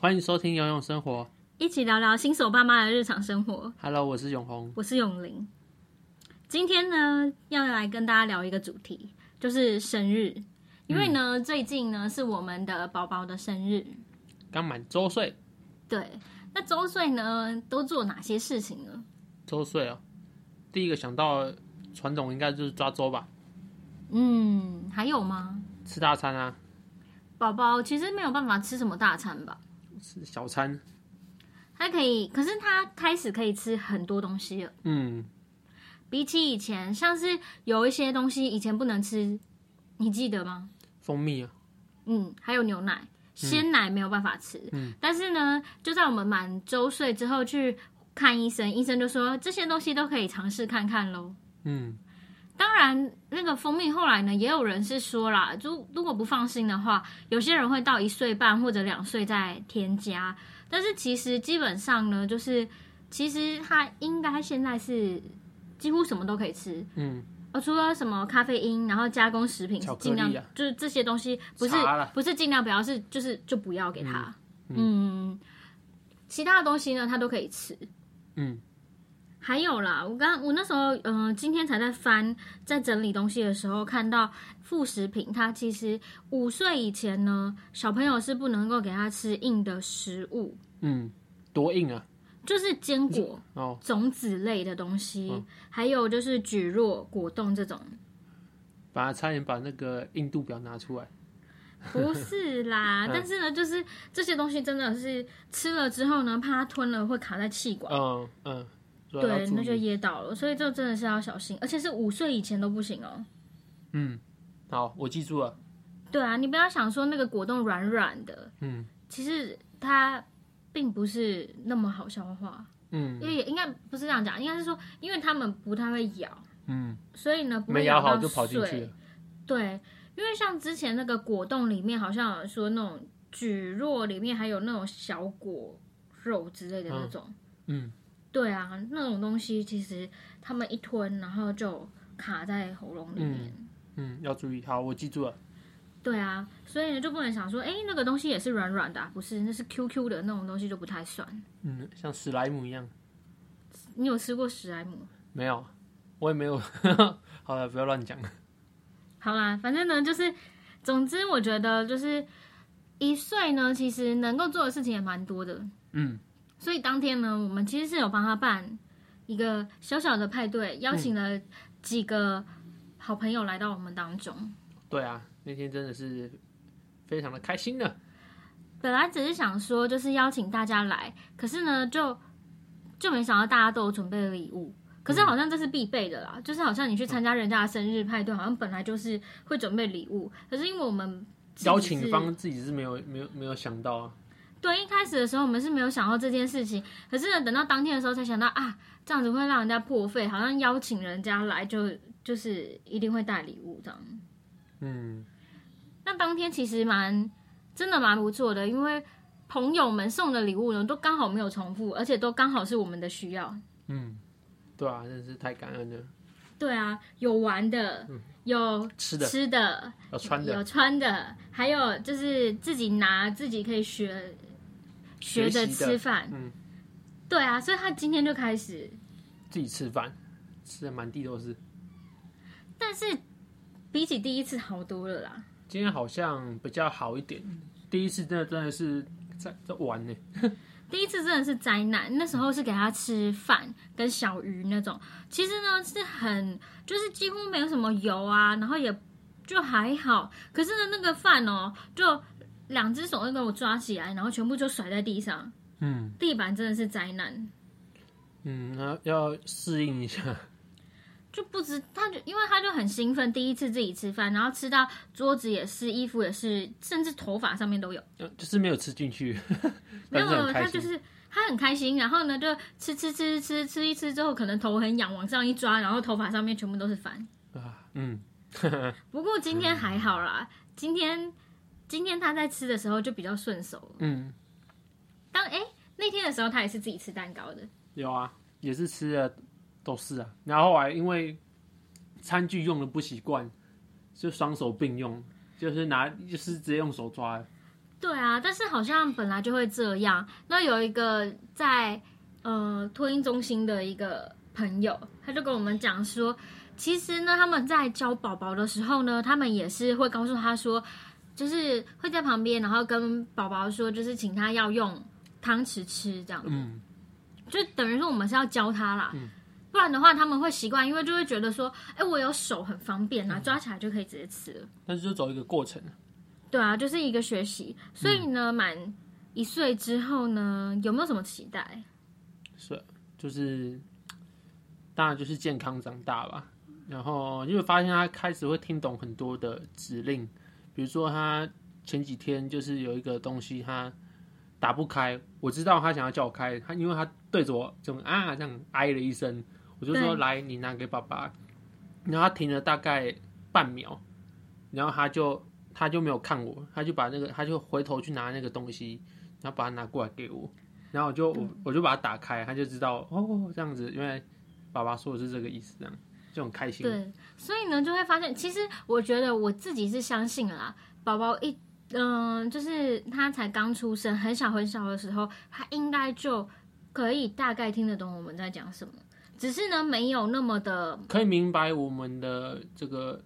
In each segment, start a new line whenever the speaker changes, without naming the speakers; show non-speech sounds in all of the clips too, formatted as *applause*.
欢迎收听《游泳生活
一起聊聊新手爸妈的日常生活。》。
Hello，我是永红。
我是永玲，今天呢要来跟大家聊一个主题，就是生日。因为呢，最近呢是我们的宝宝的生日，
刚满周岁，
对。那周岁呢都做哪些事情呢？
周岁哦。第一个想到的传统应该就是抓周吧，
嗯，还有吗？
吃大餐啊，
宝宝其实没有办法吃什么大餐吧？
吃小餐。
他可以，可是他开始可以吃很多东西了。
嗯，
比起以前，像是有一些东西以前不能吃，你记得吗？
蜂蜜啊，
嗯，还有牛奶、鲜奶没有办法吃。嗯，但是呢，就在我们满周岁之后去看医生，医生就说这些东西都可以尝试看看喽。
嗯，
当然，那个蜂蜜后来呢，也有人是说啦，如如果不放心的话，有些人会到一岁半或者两岁再添加。但是其实基本上呢，就是其实它应该现在是几乎什么都可以吃，
嗯，
哦，除了什么咖啡因，然后加工食品
巧，克
尽
力啊
量、就是这些东西不是
茶啦
不是尽量不要，是就是就不要给他，嗯其他的东西呢，他都可以吃，
嗯，
还有啦，我刚我那时候，嗯、今天才在翻，在整理东西的时候，看到副食品，它其实五岁以前呢，小朋友是不能够给他吃硬的食物，
嗯，多硬啊！
就是坚果、
哦，
种子类的东西，
嗯
还有就是蒟蒻、果冻这种。
把差点把那个硬度表拿出来。
*laughs* 不是
嗯
啦，但是呢，就是这些东西真的是吃了之后呢，怕它吞了会卡在气管，
嗯嗯，所以要
对，
注
那就
意。
噎到了，所以这真的是要小心，而且是五岁以前都不行哦、
嗯，好，我记住了。
对啊，你不要想说那个果冻软软的，
嗯
其实它并不是那么好消化，
嗯
因为也应该不是这样讲，应该是说，因为他们不太会咬，
嗯，
所以呢不
没
会
咬
到
好就跑进去
水
了。
对，因为像之前那个果冻里面好像有说那种蒟蒻里面还有那种小果肉之类的那种，
嗯，
对啊，那种东西其实他们一吞然后就卡在喉咙里面。
嗯，要注意。好，我记住了。
对啊，所以呢就不能想说，哎、那个东西也是软软的、啊，不是，那是 QQ 的那种东西就不太算。
嗯，像史莱姆一样。
你有吃过史莱姆？
没有，我也没有。 *laughs* 好了，不要乱讲。
好啦，反正呢，就是，总之我觉得就是一岁呢，其实能够做的事情也蛮多的。
嗯，
所以当天呢，我们其实是有帮他办一个小小的派对，邀请
嗯
了几个好朋友来到我们当中。
对啊，那天真的是非常的开心啊呢。
本来只是想说就是邀请大家来，可是呢，就就没想到大家都有准备礼物。可
嗯
是好像这是必备的啦，就是好像你去参加人家的生日派对，好像本来就是会准备礼物。可是因为我们自己
邀请
是
方自己是没有没有没有想到啊。
对，一开始的时候我们是没有想到这件事情，可是呢，等到当天的时候才想到啊，这样子会让人家破费，好像邀请人家来就就是一定会带礼物这样。
嗯
那当天其实蛮真的蛮不错的，因为朋友们送的礼物呢都刚好没有重复，而且都刚好是我们的需要。
嗯，对啊，真的是太感恩了。
对啊，有玩的，有
嗯吃的
吃的，
要穿的
有穿的，还有就是自己拿自己可以学学着
学习的
吃饭。
嗯，
对啊，所以他今天就开始。
自己吃饭，吃的满地都是。
但是比起第一次好多了啦。
今天好像比较好一点，第一次真的真的是在在玩呢。
第一次真的是灾难，那时候是给他吃饭跟小鱼那种，其实呢是很就是几乎没有什么油啊，然后也就还好。可是呢那个饭哦，就两只手就给我抓起来，然后全部就甩在地上，
嗯
地板真的是灾难。
嗯，那要适应一下。 *laughs*
就不知他就因为他就很兴奋，第一次自己吃饭，然后吃到桌子也是，衣服也是，甚至头发上面都有。
呃就是没有吃进去， *laughs* 但
没有
是
没有，啊
很开
他
心。
就是他很开心，然后呢就吃吃吃吃吃一吃之后，可能头很痒，往上一抓，然后头发上面全部都是饭。
啊，嗯，
不过今天还好啦，今天今天他在吃的时候就比较顺手了。
嗯，
当哎、那天的时候，他也是自己吃蛋糕的，
有啊，也是吃的都是啊。然后后来因为餐具用的不习惯，就双手并用，就是拿就是直接用手抓。
对啊，但是好像本来就会这样。那有一个在呃托婴中心的一个朋友，他就跟我们讲说，其实呢，他们在教宝宝的时候呢，他们也是会告诉他说，就是会在旁边，然后跟宝宝说，就是请他要用汤匙吃这样，
嗯，
就等于说我们是要教他啦。不然的话，他们会习惯，因为就会觉得说，哎，我有手很方便啊，抓起来就可以直接吃了。
但是就走一个过程。
对啊，就是一个学习。所以呢，满一岁之后呢，有没有什么期待？
是，就是当然就是健康长大吧。然后因为发现他开始会听懂很多的指令，比如说他前几天就是有一个东西他打不开，我知道他想要叫我开，他因为他对着我这么啊这样哎了一声，我就说
对
来你拿给爸爸，然后他停了大概半秒，然后他就他就没有看我，他就把那个他就回头去拿那个东西，然后把它拿过来给我，然后我就
嗯
我我就把它打开，他就知道哦这样子，因为爸爸说的是这个意思，这样就很开心。
对，所以呢，就会发现，其实我觉得我自己是相信了啦。宝宝一嗯、就是他才刚出生，很小很小的时候，他应该就可以大概听得懂我们在讲什么。只是呢，没有那么的
可以明白我们的这个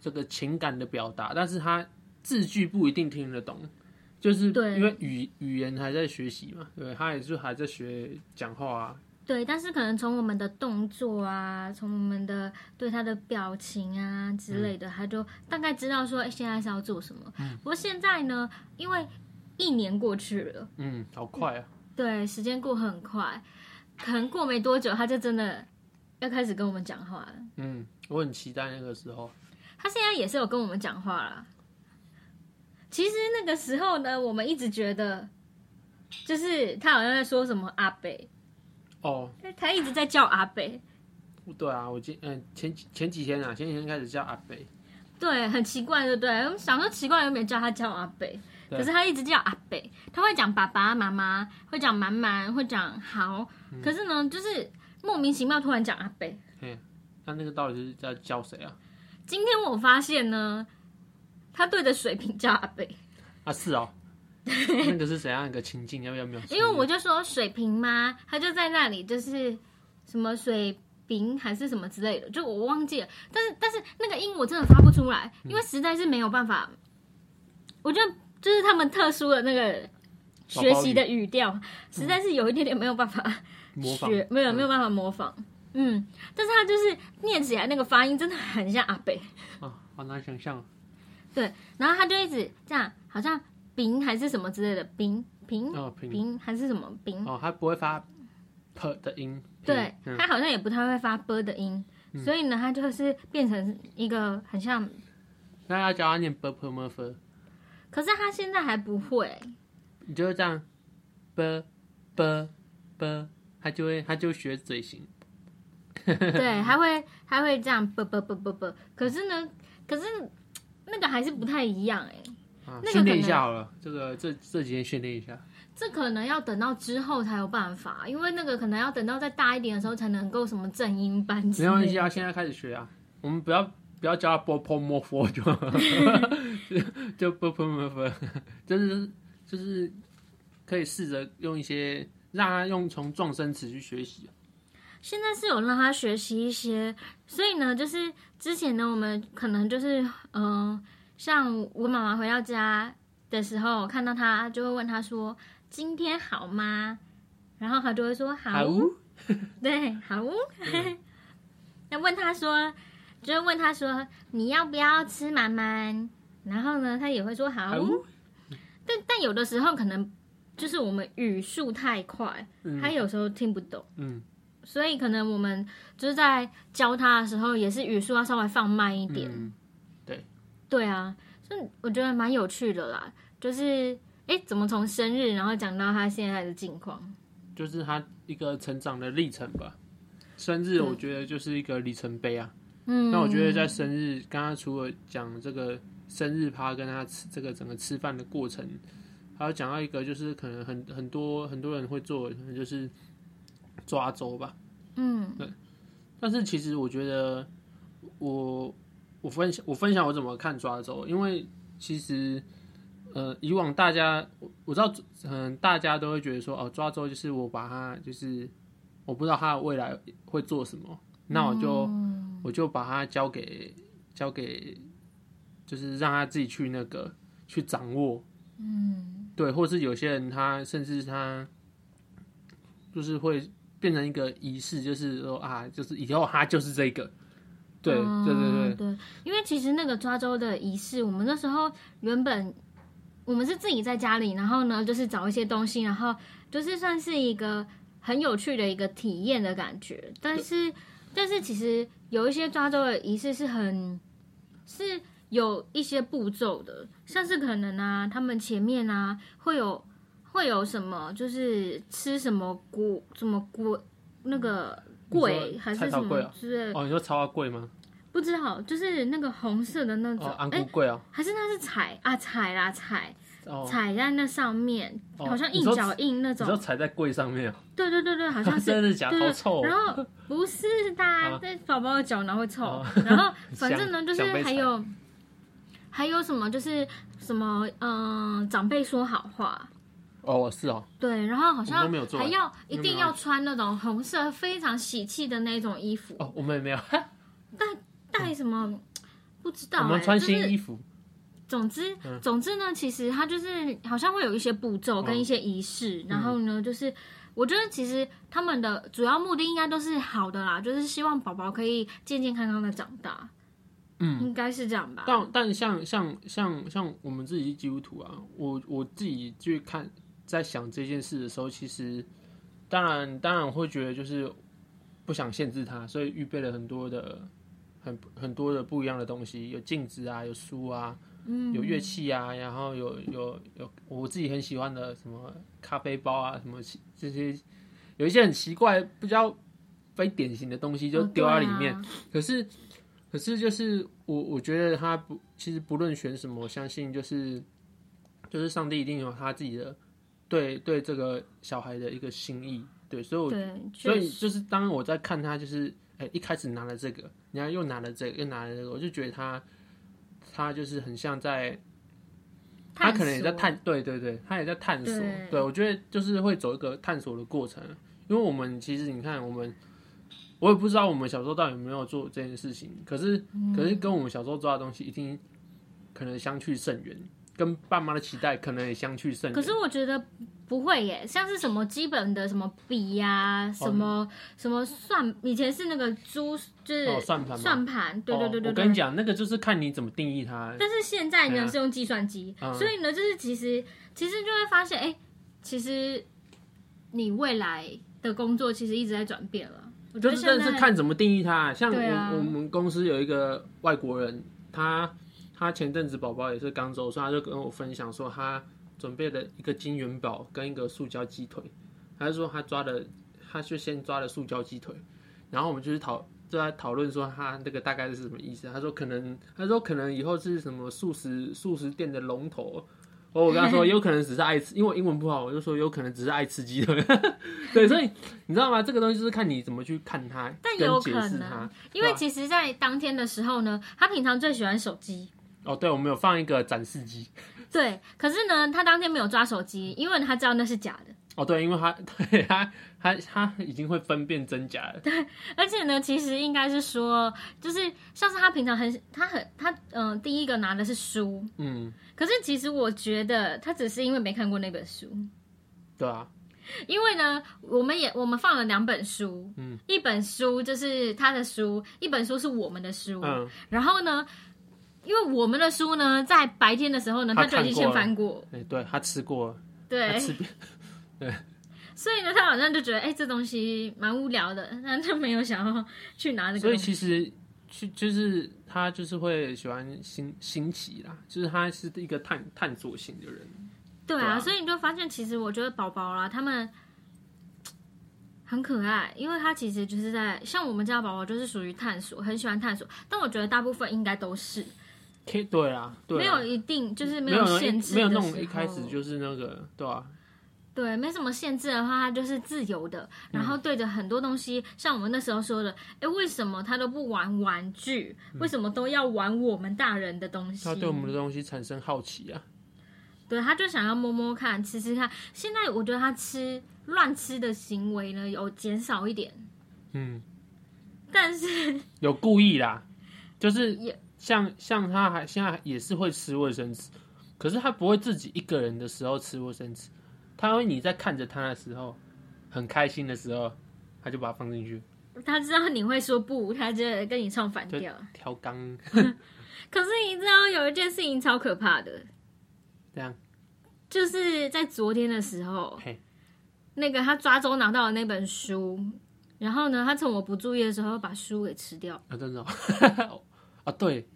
这个情感的表达，但是他字句不一定听得懂，就是
对
因为语语言还在学习嘛，对，他也是还在学讲话啊，
对，但是可能从我们的动作啊，从我们的对他的表情啊之类的，他就大概知道说诶哎现在是要做什么。不过现在呢，因为一年过去了，
嗯，好快啊，
对，时间过很快，可能过没多久他就真的要开始跟我们讲话了。
嗯，我很期待那个时候，
他现在也是有跟我们讲话啦。其实那个时候呢，我们一直觉得，就是他好像在说什么阿北，
哦，
他一直在叫阿北。
对啊，我今嗯前几前几天啊，前几天开始叫阿北，
对，很奇怪，对不对？我们想说奇怪，有没有叫他叫阿北？可是他一直叫阿北，他会讲爸爸妈妈，会讲满满，会讲好。可是呢，就是莫名其妙突然讲阿北。
那那个到底是在教谁啊？
今天我发现呢，他对着水瓶叫阿北，
啊，是
*laughs*
哦，那个是怎样一个情境？要不要描述一下？
因为我就说水瓶嘛，他就在那里就是什么水瓶还是什么之类的，就我忘记了。但是但是那个音我真的发不出来，
嗯
因为实在是没有办法。我觉得就是他们特殊的那个
宝宝
学
语
习的语调，实在是有一点点没有办法
嗯模仿
学，没有没有办法模仿。嗯，但是他就是念起来那个发音真的很像阿北，
啊，好难想象哦，
对，然后他就一直这样，好像丙还是什么之类的，丙丙
哦，平
丙还是什么丙，
哦，他不会发 p 的音，
对
嗯，
他好像也不太会发波的音，所以呢，他就是变成一个很像，
那要教他念 b p m f，
可是他现在还不会，
你就这样 b b b，他就会他就学嘴型，
对，还会还会这样啵啵啵啵啵，可是呢，可是那个还是不太一样哎、
啊
那，个
训练一
可能
下好了，这个这这几天训练一下，
这可能要等到之后才有办法，因为那个可能要等到再大一点的时候才能够什么正音班之
没
类的
关系啊，现在开始学啊，我们不要不要教他 b p m f 就 *laughs* 就 b p m f，就是就是可以试着用一些让他用从撞声词去学习，啊
现在是有让他学习一些，所以呢，就是之前呢，我们可能就是嗯、呃像我妈妈回到家的时候，看到他就会问他说：“今天好吗？”然后他就会说：“好。
好
对，好。
嗯
*laughs* 那问他说，就会问他说：“你要不要吃满满？”然后呢，他也会说：“好。
好
但但有的时候可能就是我们语速太快，
嗯
他有时候听不懂。
嗯
所以可能我们就是在教他的时候，也是语速要稍微放慢一点。
嗯，
对啊，所以我觉得蛮有趣的啦。就是哎，诶怎么从生日然后讲到他现在的近况？
就是他一个成长的历程吧。生日
对
我觉得就是一个里程碑啊。
嗯，
那我觉得在生日，刚刚除了讲这个生日趴跟他吃这个整个吃饭的过程，还有讲到一个就是可能很很多很多人会做，的，可能就是抓周吧。
嗯
但是其实我觉得我我分享我分享我怎么看抓周，因为其实呃，以往大家我我知道，嗯、大家都会觉得说，哦，抓周就是我把它，就是我不知道它未来会做什么，那我
嗯
就、我就把它交给交给，就是让他自己去那个去掌握，嗯，对，或是有些人他甚至他就是会变成一个仪式，就是说啊，就是以后他就是这个，对、
哦
对对对，
对对，因为其实那个抓周的仪式，我们那时候原本我们是自己在家里，然后呢就是找一些东西，然后就是算是一个很有趣的一个体验的感觉。但是但是其实有一些抓周的仪式是很是有一些步骤的，像是可能啊，他们前面啊会有会有什么，就是吃什么果什么果那个。
嗯你
桂
说
还是
菜
什
头粿
么
哦
之类的
哦，你说超花贵吗？
不知道，就是那个红色的那种，
哦，安
哎、
菇贵哦，
还是那是踩啊踩啦踩，
哦，
踩在那上面，
哦
好像
你
印
说
脚印那
你说
种。
踩在柜上面哦，
对对对
*laughs*
对，好像是。
真的假的？
对
好臭哦！
然后不是
*laughs*
的啊，那宝宝的脚然后会臭。
哦
然后反正呢，
想
就是
想被踩
还有还有什么，就是什么嗯、长辈说好话。
哦，是哦，
对，然后好
我们都
像
没有做
还
哎
要
你有
一
没
定
有
要穿那种红色非常喜气的那种衣服，
哦，我们也没有，
带什么不知道、
我
哎，
们穿
就是
新衣服，
总之，
嗯
总之呢，其实它就是好像会有一些步骤跟一些仪
嗯
式，然后呢，就是我觉得其实他们的主要目的应该都是好的啦，就是希望宝宝可以健健康康的长大，
嗯，
应该是这样吧。
但但像像像像我们自己是基督徒啊，我我自己去看在想这件事的时候，其实当然当然会觉得就是不想限制他，所以预备了很多的很很多的不一样的东西，有镜子啊，有书啊，
嗯，
有乐器啊，然后有有有我自己很喜欢的什么咖啡包啊，什么奇这些有一些很奇怪、比较非典型的东西就
哦
丢在里
对
面。
啊
可是可是就是我我觉得他不，其实不论选什么，我相信就是就是上帝一定有他自己的对对这个小孩的一个心意。对，所以我
哦对，
所
确
以
实，
就是当我在看他，就是哎、一开始拿了这个，然后又拿了这个，又拿了这个，我就觉得他他就是很像在，他可能也在
探
探，对对对，他也在探索。
对
对我觉得就是会走一个探索的过程，因为我们其实你看我们。我也不知道我们小时候到底有没有做这件事情，可是，
嗯
可是跟我们小时候抓的东西一定可能相去甚远，跟爸妈的期待可能也相去甚
索
远。
可是我觉得不会耶，像是什么基本的什么笔呀、什么、什么算，以前是那个珠，就是
哦算盘吗
算盘，对对对
哦
对
我
对。
跟你讲，那个就是看你怎么定义它。
但是现在
对啊
呢是用计算机，
嗯
所以呢就是其实其实就会发现，哎、其实你未来的工作其实一直在转变了。我觉
就
得
是
现
但
在
是看怎么定义它。像我、
对啊
我们公司有一个外国人，他他前阵子宝宝也是刚走，所以他就跟我分享说，他准备了一个金元宝跟一个塑胶鸡腿，他就说他抓了，他就先抓了塑胶鸡腿，然后我们就是讨就在讨论说他那个大概是什么意思。他说可能他说可能以后是什么素食素食店的龙头。哦，我跟他
*laughs*
说，有可能只是爱吃，因为我英文不好，我就说有可能只是爱吃鸡腿。 *laughs* 对，所以你知道吗？这个东西就是看你怎么去看它，
但
跟
有
解
可
释
能
它。，啊
因为其实，在当天的时候呢，他平常最喜欢手机，
哦，对，我们有放一个展示机。
对。可是呢，他当天没有抓手机，因为他知道那是假的。
哦，对，因为它 *laughs* 对它它它已经会分辨真假了。
而且呢，其实应该是说，就是像是他平常很，他很，他嗯、呃第一个拿的是书，
嗯，
可是其实我觉得他只是因为没看过那本书，
对啊，
因为呢，我们也我们放了两本书，嗯，一本书就是他的书，一本书是我们的书。
嗯，
然后呢，因为我们的书呢，在白天的时候呢，
他
他就已经
看过了
先翻过，
哎、对，它吃过了，它
对，
吃遍。
所以呢，他好像就觉得，哎、这东西蛮无聊的， *laughs* 那他没有想要去拿那个
所
东
以
西。
其实去就是他就是会喜欢新新奇啦，就是他是一个探探索型的人。
对
对
啊，
啊
所以你就发现，其实我觉得宝宝啦，他们嗯很可爱，因为他其实就是在像我们家的宝宝，就是属于探索，很喜欢探索。但我觉得大部分应该都是，
K 对啊，对啊
没有一定就是
没
有
人
限制
没有
的
那
时
种
候
一开始就是那个对啊，
对，没什么限制的话，他就是自由的，然后对着很多东西，像我们那时候说的，哎，为什么他都不玩玩具？嗯为什么都要玩我们大人的东西？
他对我们的东西产生好奇啊。
对，他就想要摸摸看，吃吃看。现在我觉得他吃乱吃的行为呢有减少一点，
嗯，
但是
有故意啦，就是
也
像像他还现在也是会吃卫生纸，可是他不会自己一个人的时候吃卫生纸，他会你在看着他的时候，很开心的时候，他就把它放进去，
他知道你会说不，他就跟你唱反
就
调。
调缸
可是你知道有一件事情超可怕的，
这样，
就是在昨天的时候
嘿，
那个他抓周拿到的那本书，然后呢，他趁我不注意的时候把书给吃
*laughs*
掉，
啊，真的哦， *laughs* 啊，对，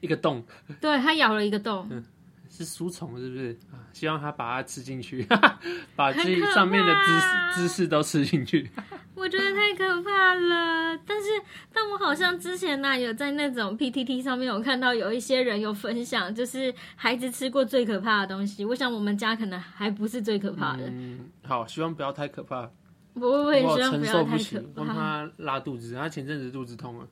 一个洞
对他咬了一个洞，
嗯是书虫是不是啊？希望他把它吃进去， *laughs* 把自己
很可怕
上面的知识知识都吃进去，
我觉得太可怕了。但是，但我好像之前呢、有在那种 PTT 上面有看到有一些人有分享，就是孩子吃过最可怕的东西。我想我们家可能还不是最可怕的，
嗯，好，希望不要太可怕。
不我
我
也希望
承
不
受
要
不
太
起
可，
让
怕。
他拉肚子，他前阵子肚子痛了。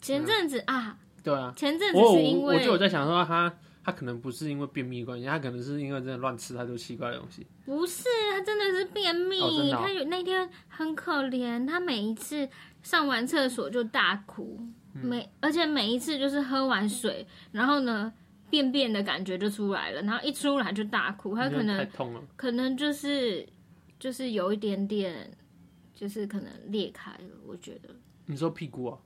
前阵子啊，
对啊，
前阵子
我
是因
我我就有
为
在想说他，他可能不是因为便秘的关系，他可能是因为真的乱吃太多奇怪的东西。
不是，他真的是便秘，
哦真的哦
他有那天很可怜，他每一次上完厕所就大哭，
嗯
每而且每一次就是喝完水，然后呢。便便的感觉就出来了，然后一出来就大哭，他可
因为
能
太痛了，
可能就是就是有一点点，就是可能裂开了，我觉得，
你说屁股啊？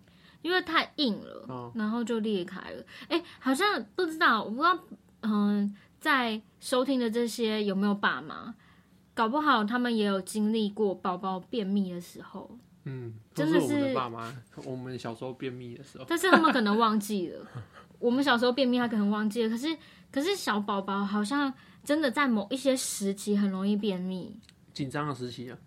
因为太硬了，
哦
然后就裂开了。哎、好像不知道，我不知道，嗯，在收听的这些有没有爸妈？搞不好他们也有经历过宝宝便秘的时候，
嗯，都
真
是我
的
们的
是
爸妈，我们小时候便秘的时候，
但是他们可能忘记了。 *laughs* 我们小时候便秘，他可能忘记了。可是，可是小宝宝好像真的在某一些时期很容易便秘。
紧张的时期啊，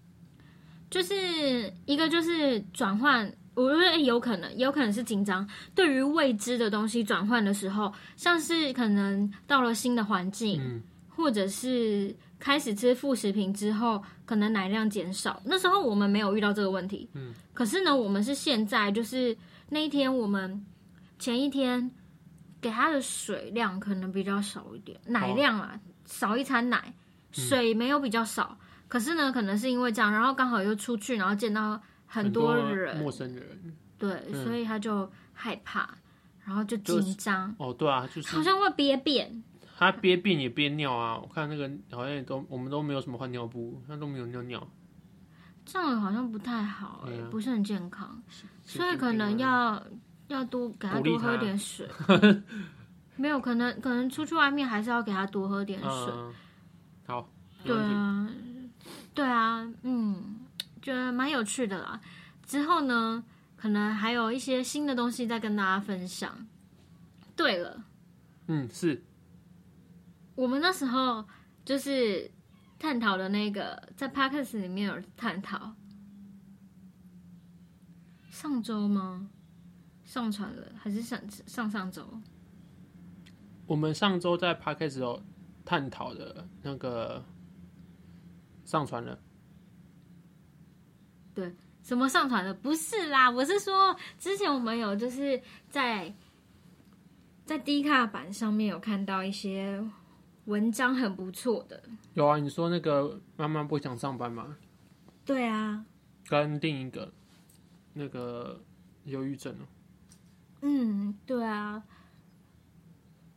就是一个就是转换，我觉得有可能，有可能是紧张。对于未知的东西转换的时候，像是可能到了新的环境，或者是开始吃副食品之后，可能奶量减少。那时候我们没有遇到这个问题，嗯。可是呢，我们是现在就是那一天，我们前一天给他的水量可能比较少一点，奶量啊、少一餐奶，水没有比较少。可是呢，可能是因为这样，然后刚好又出去，然后见到很多人，
陌生人。
对，
嗯
所以他就害怕，然后就紧张，
哦，对啊，就是
好像会憋便。
他憋便也憋尿啊，我看那个好像也都我们都没有什么换尿布，他都没有尿尿，
这样好像不太好、欸，
对啊
不是很健康，
是
所以可能
健康的
要要多给他
鼓励
多
他
喝点水。 *laughs* 没有，可能可能出去外面还是要给他多喝点水。
嗯，好，没
对
问题
啊，对啊，嗯，觉得蛮有趣的啦。之后呢，可能还有一些新的东西再跟大家分享。对了，
嗯，是
我们那时候就是探讨的那个，在 podcast 里面有探讨。上周吗？上传了还是上上上周？
我们上周在 podcast 有探讨的那个上传了，
什么上传的？不是啦，我是说之前我们有就是在在 D 卡版上面有看到一些文章很不错的。
有啊，你说那个妈妈不想上班嘛，
对啊，
跟另一个那个忧郁症哦，
嗯，对啊，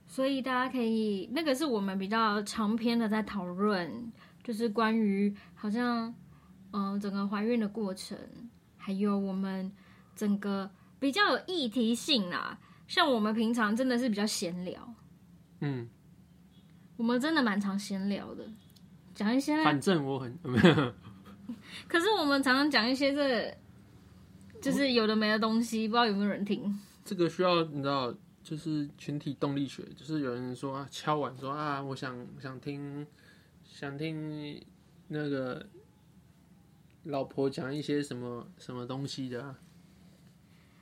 所以大家可以，那个是我们比较长篇的在讨论，就是关于好像嗯、呃整个怀孕的过程，还有我们整个比较有议题性啦。像我们平常真的是比较闲聊，
嗯，
我们真的蛮常闲聊的，讲一些，
反正我很
可是我们常常讲一些这。就是有的没的东西，不知道有没有人听。
这个需要你知道，就是群体动力学，就是有人说啊敲碗说啊，我想想听想听那个老婆讲一些什么什么东西的、啊，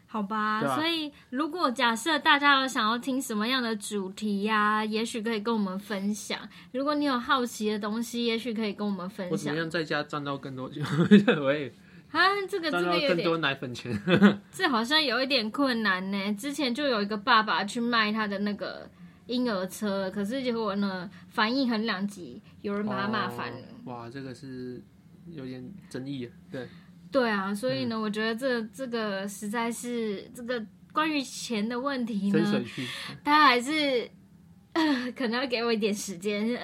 好吧，
对啊
所以如果假设大家有想要听什么样的主题呀、也许可以跟我们分享。如果你有好奇的东西，也许可以跟我们分
我怎
享
么样在家赚到更多钱， *laughs* 喂，
啊。这个这
赚到
个有
更
点，
多奶粉钱。
这好像有一点困难呢。之前就有一个爸爸去卖他的那个婴儿车了，可是结果呢，反应很两极，有人把他骂翻了。
哦哇，这个是有点争议，啊对，
对啊，所
嗯
以呢，我觉得这这个实在是这个关于钱的问题
深
呢
水，区。
他还是、 *laughs* 呃可能要给我一点时间， *laughs*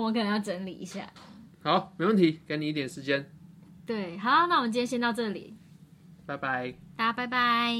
我可能要整理一下。
好，没问题，给你一点时间，
对，好，那我们今天先到这里，
拜拜。
大家拜拜。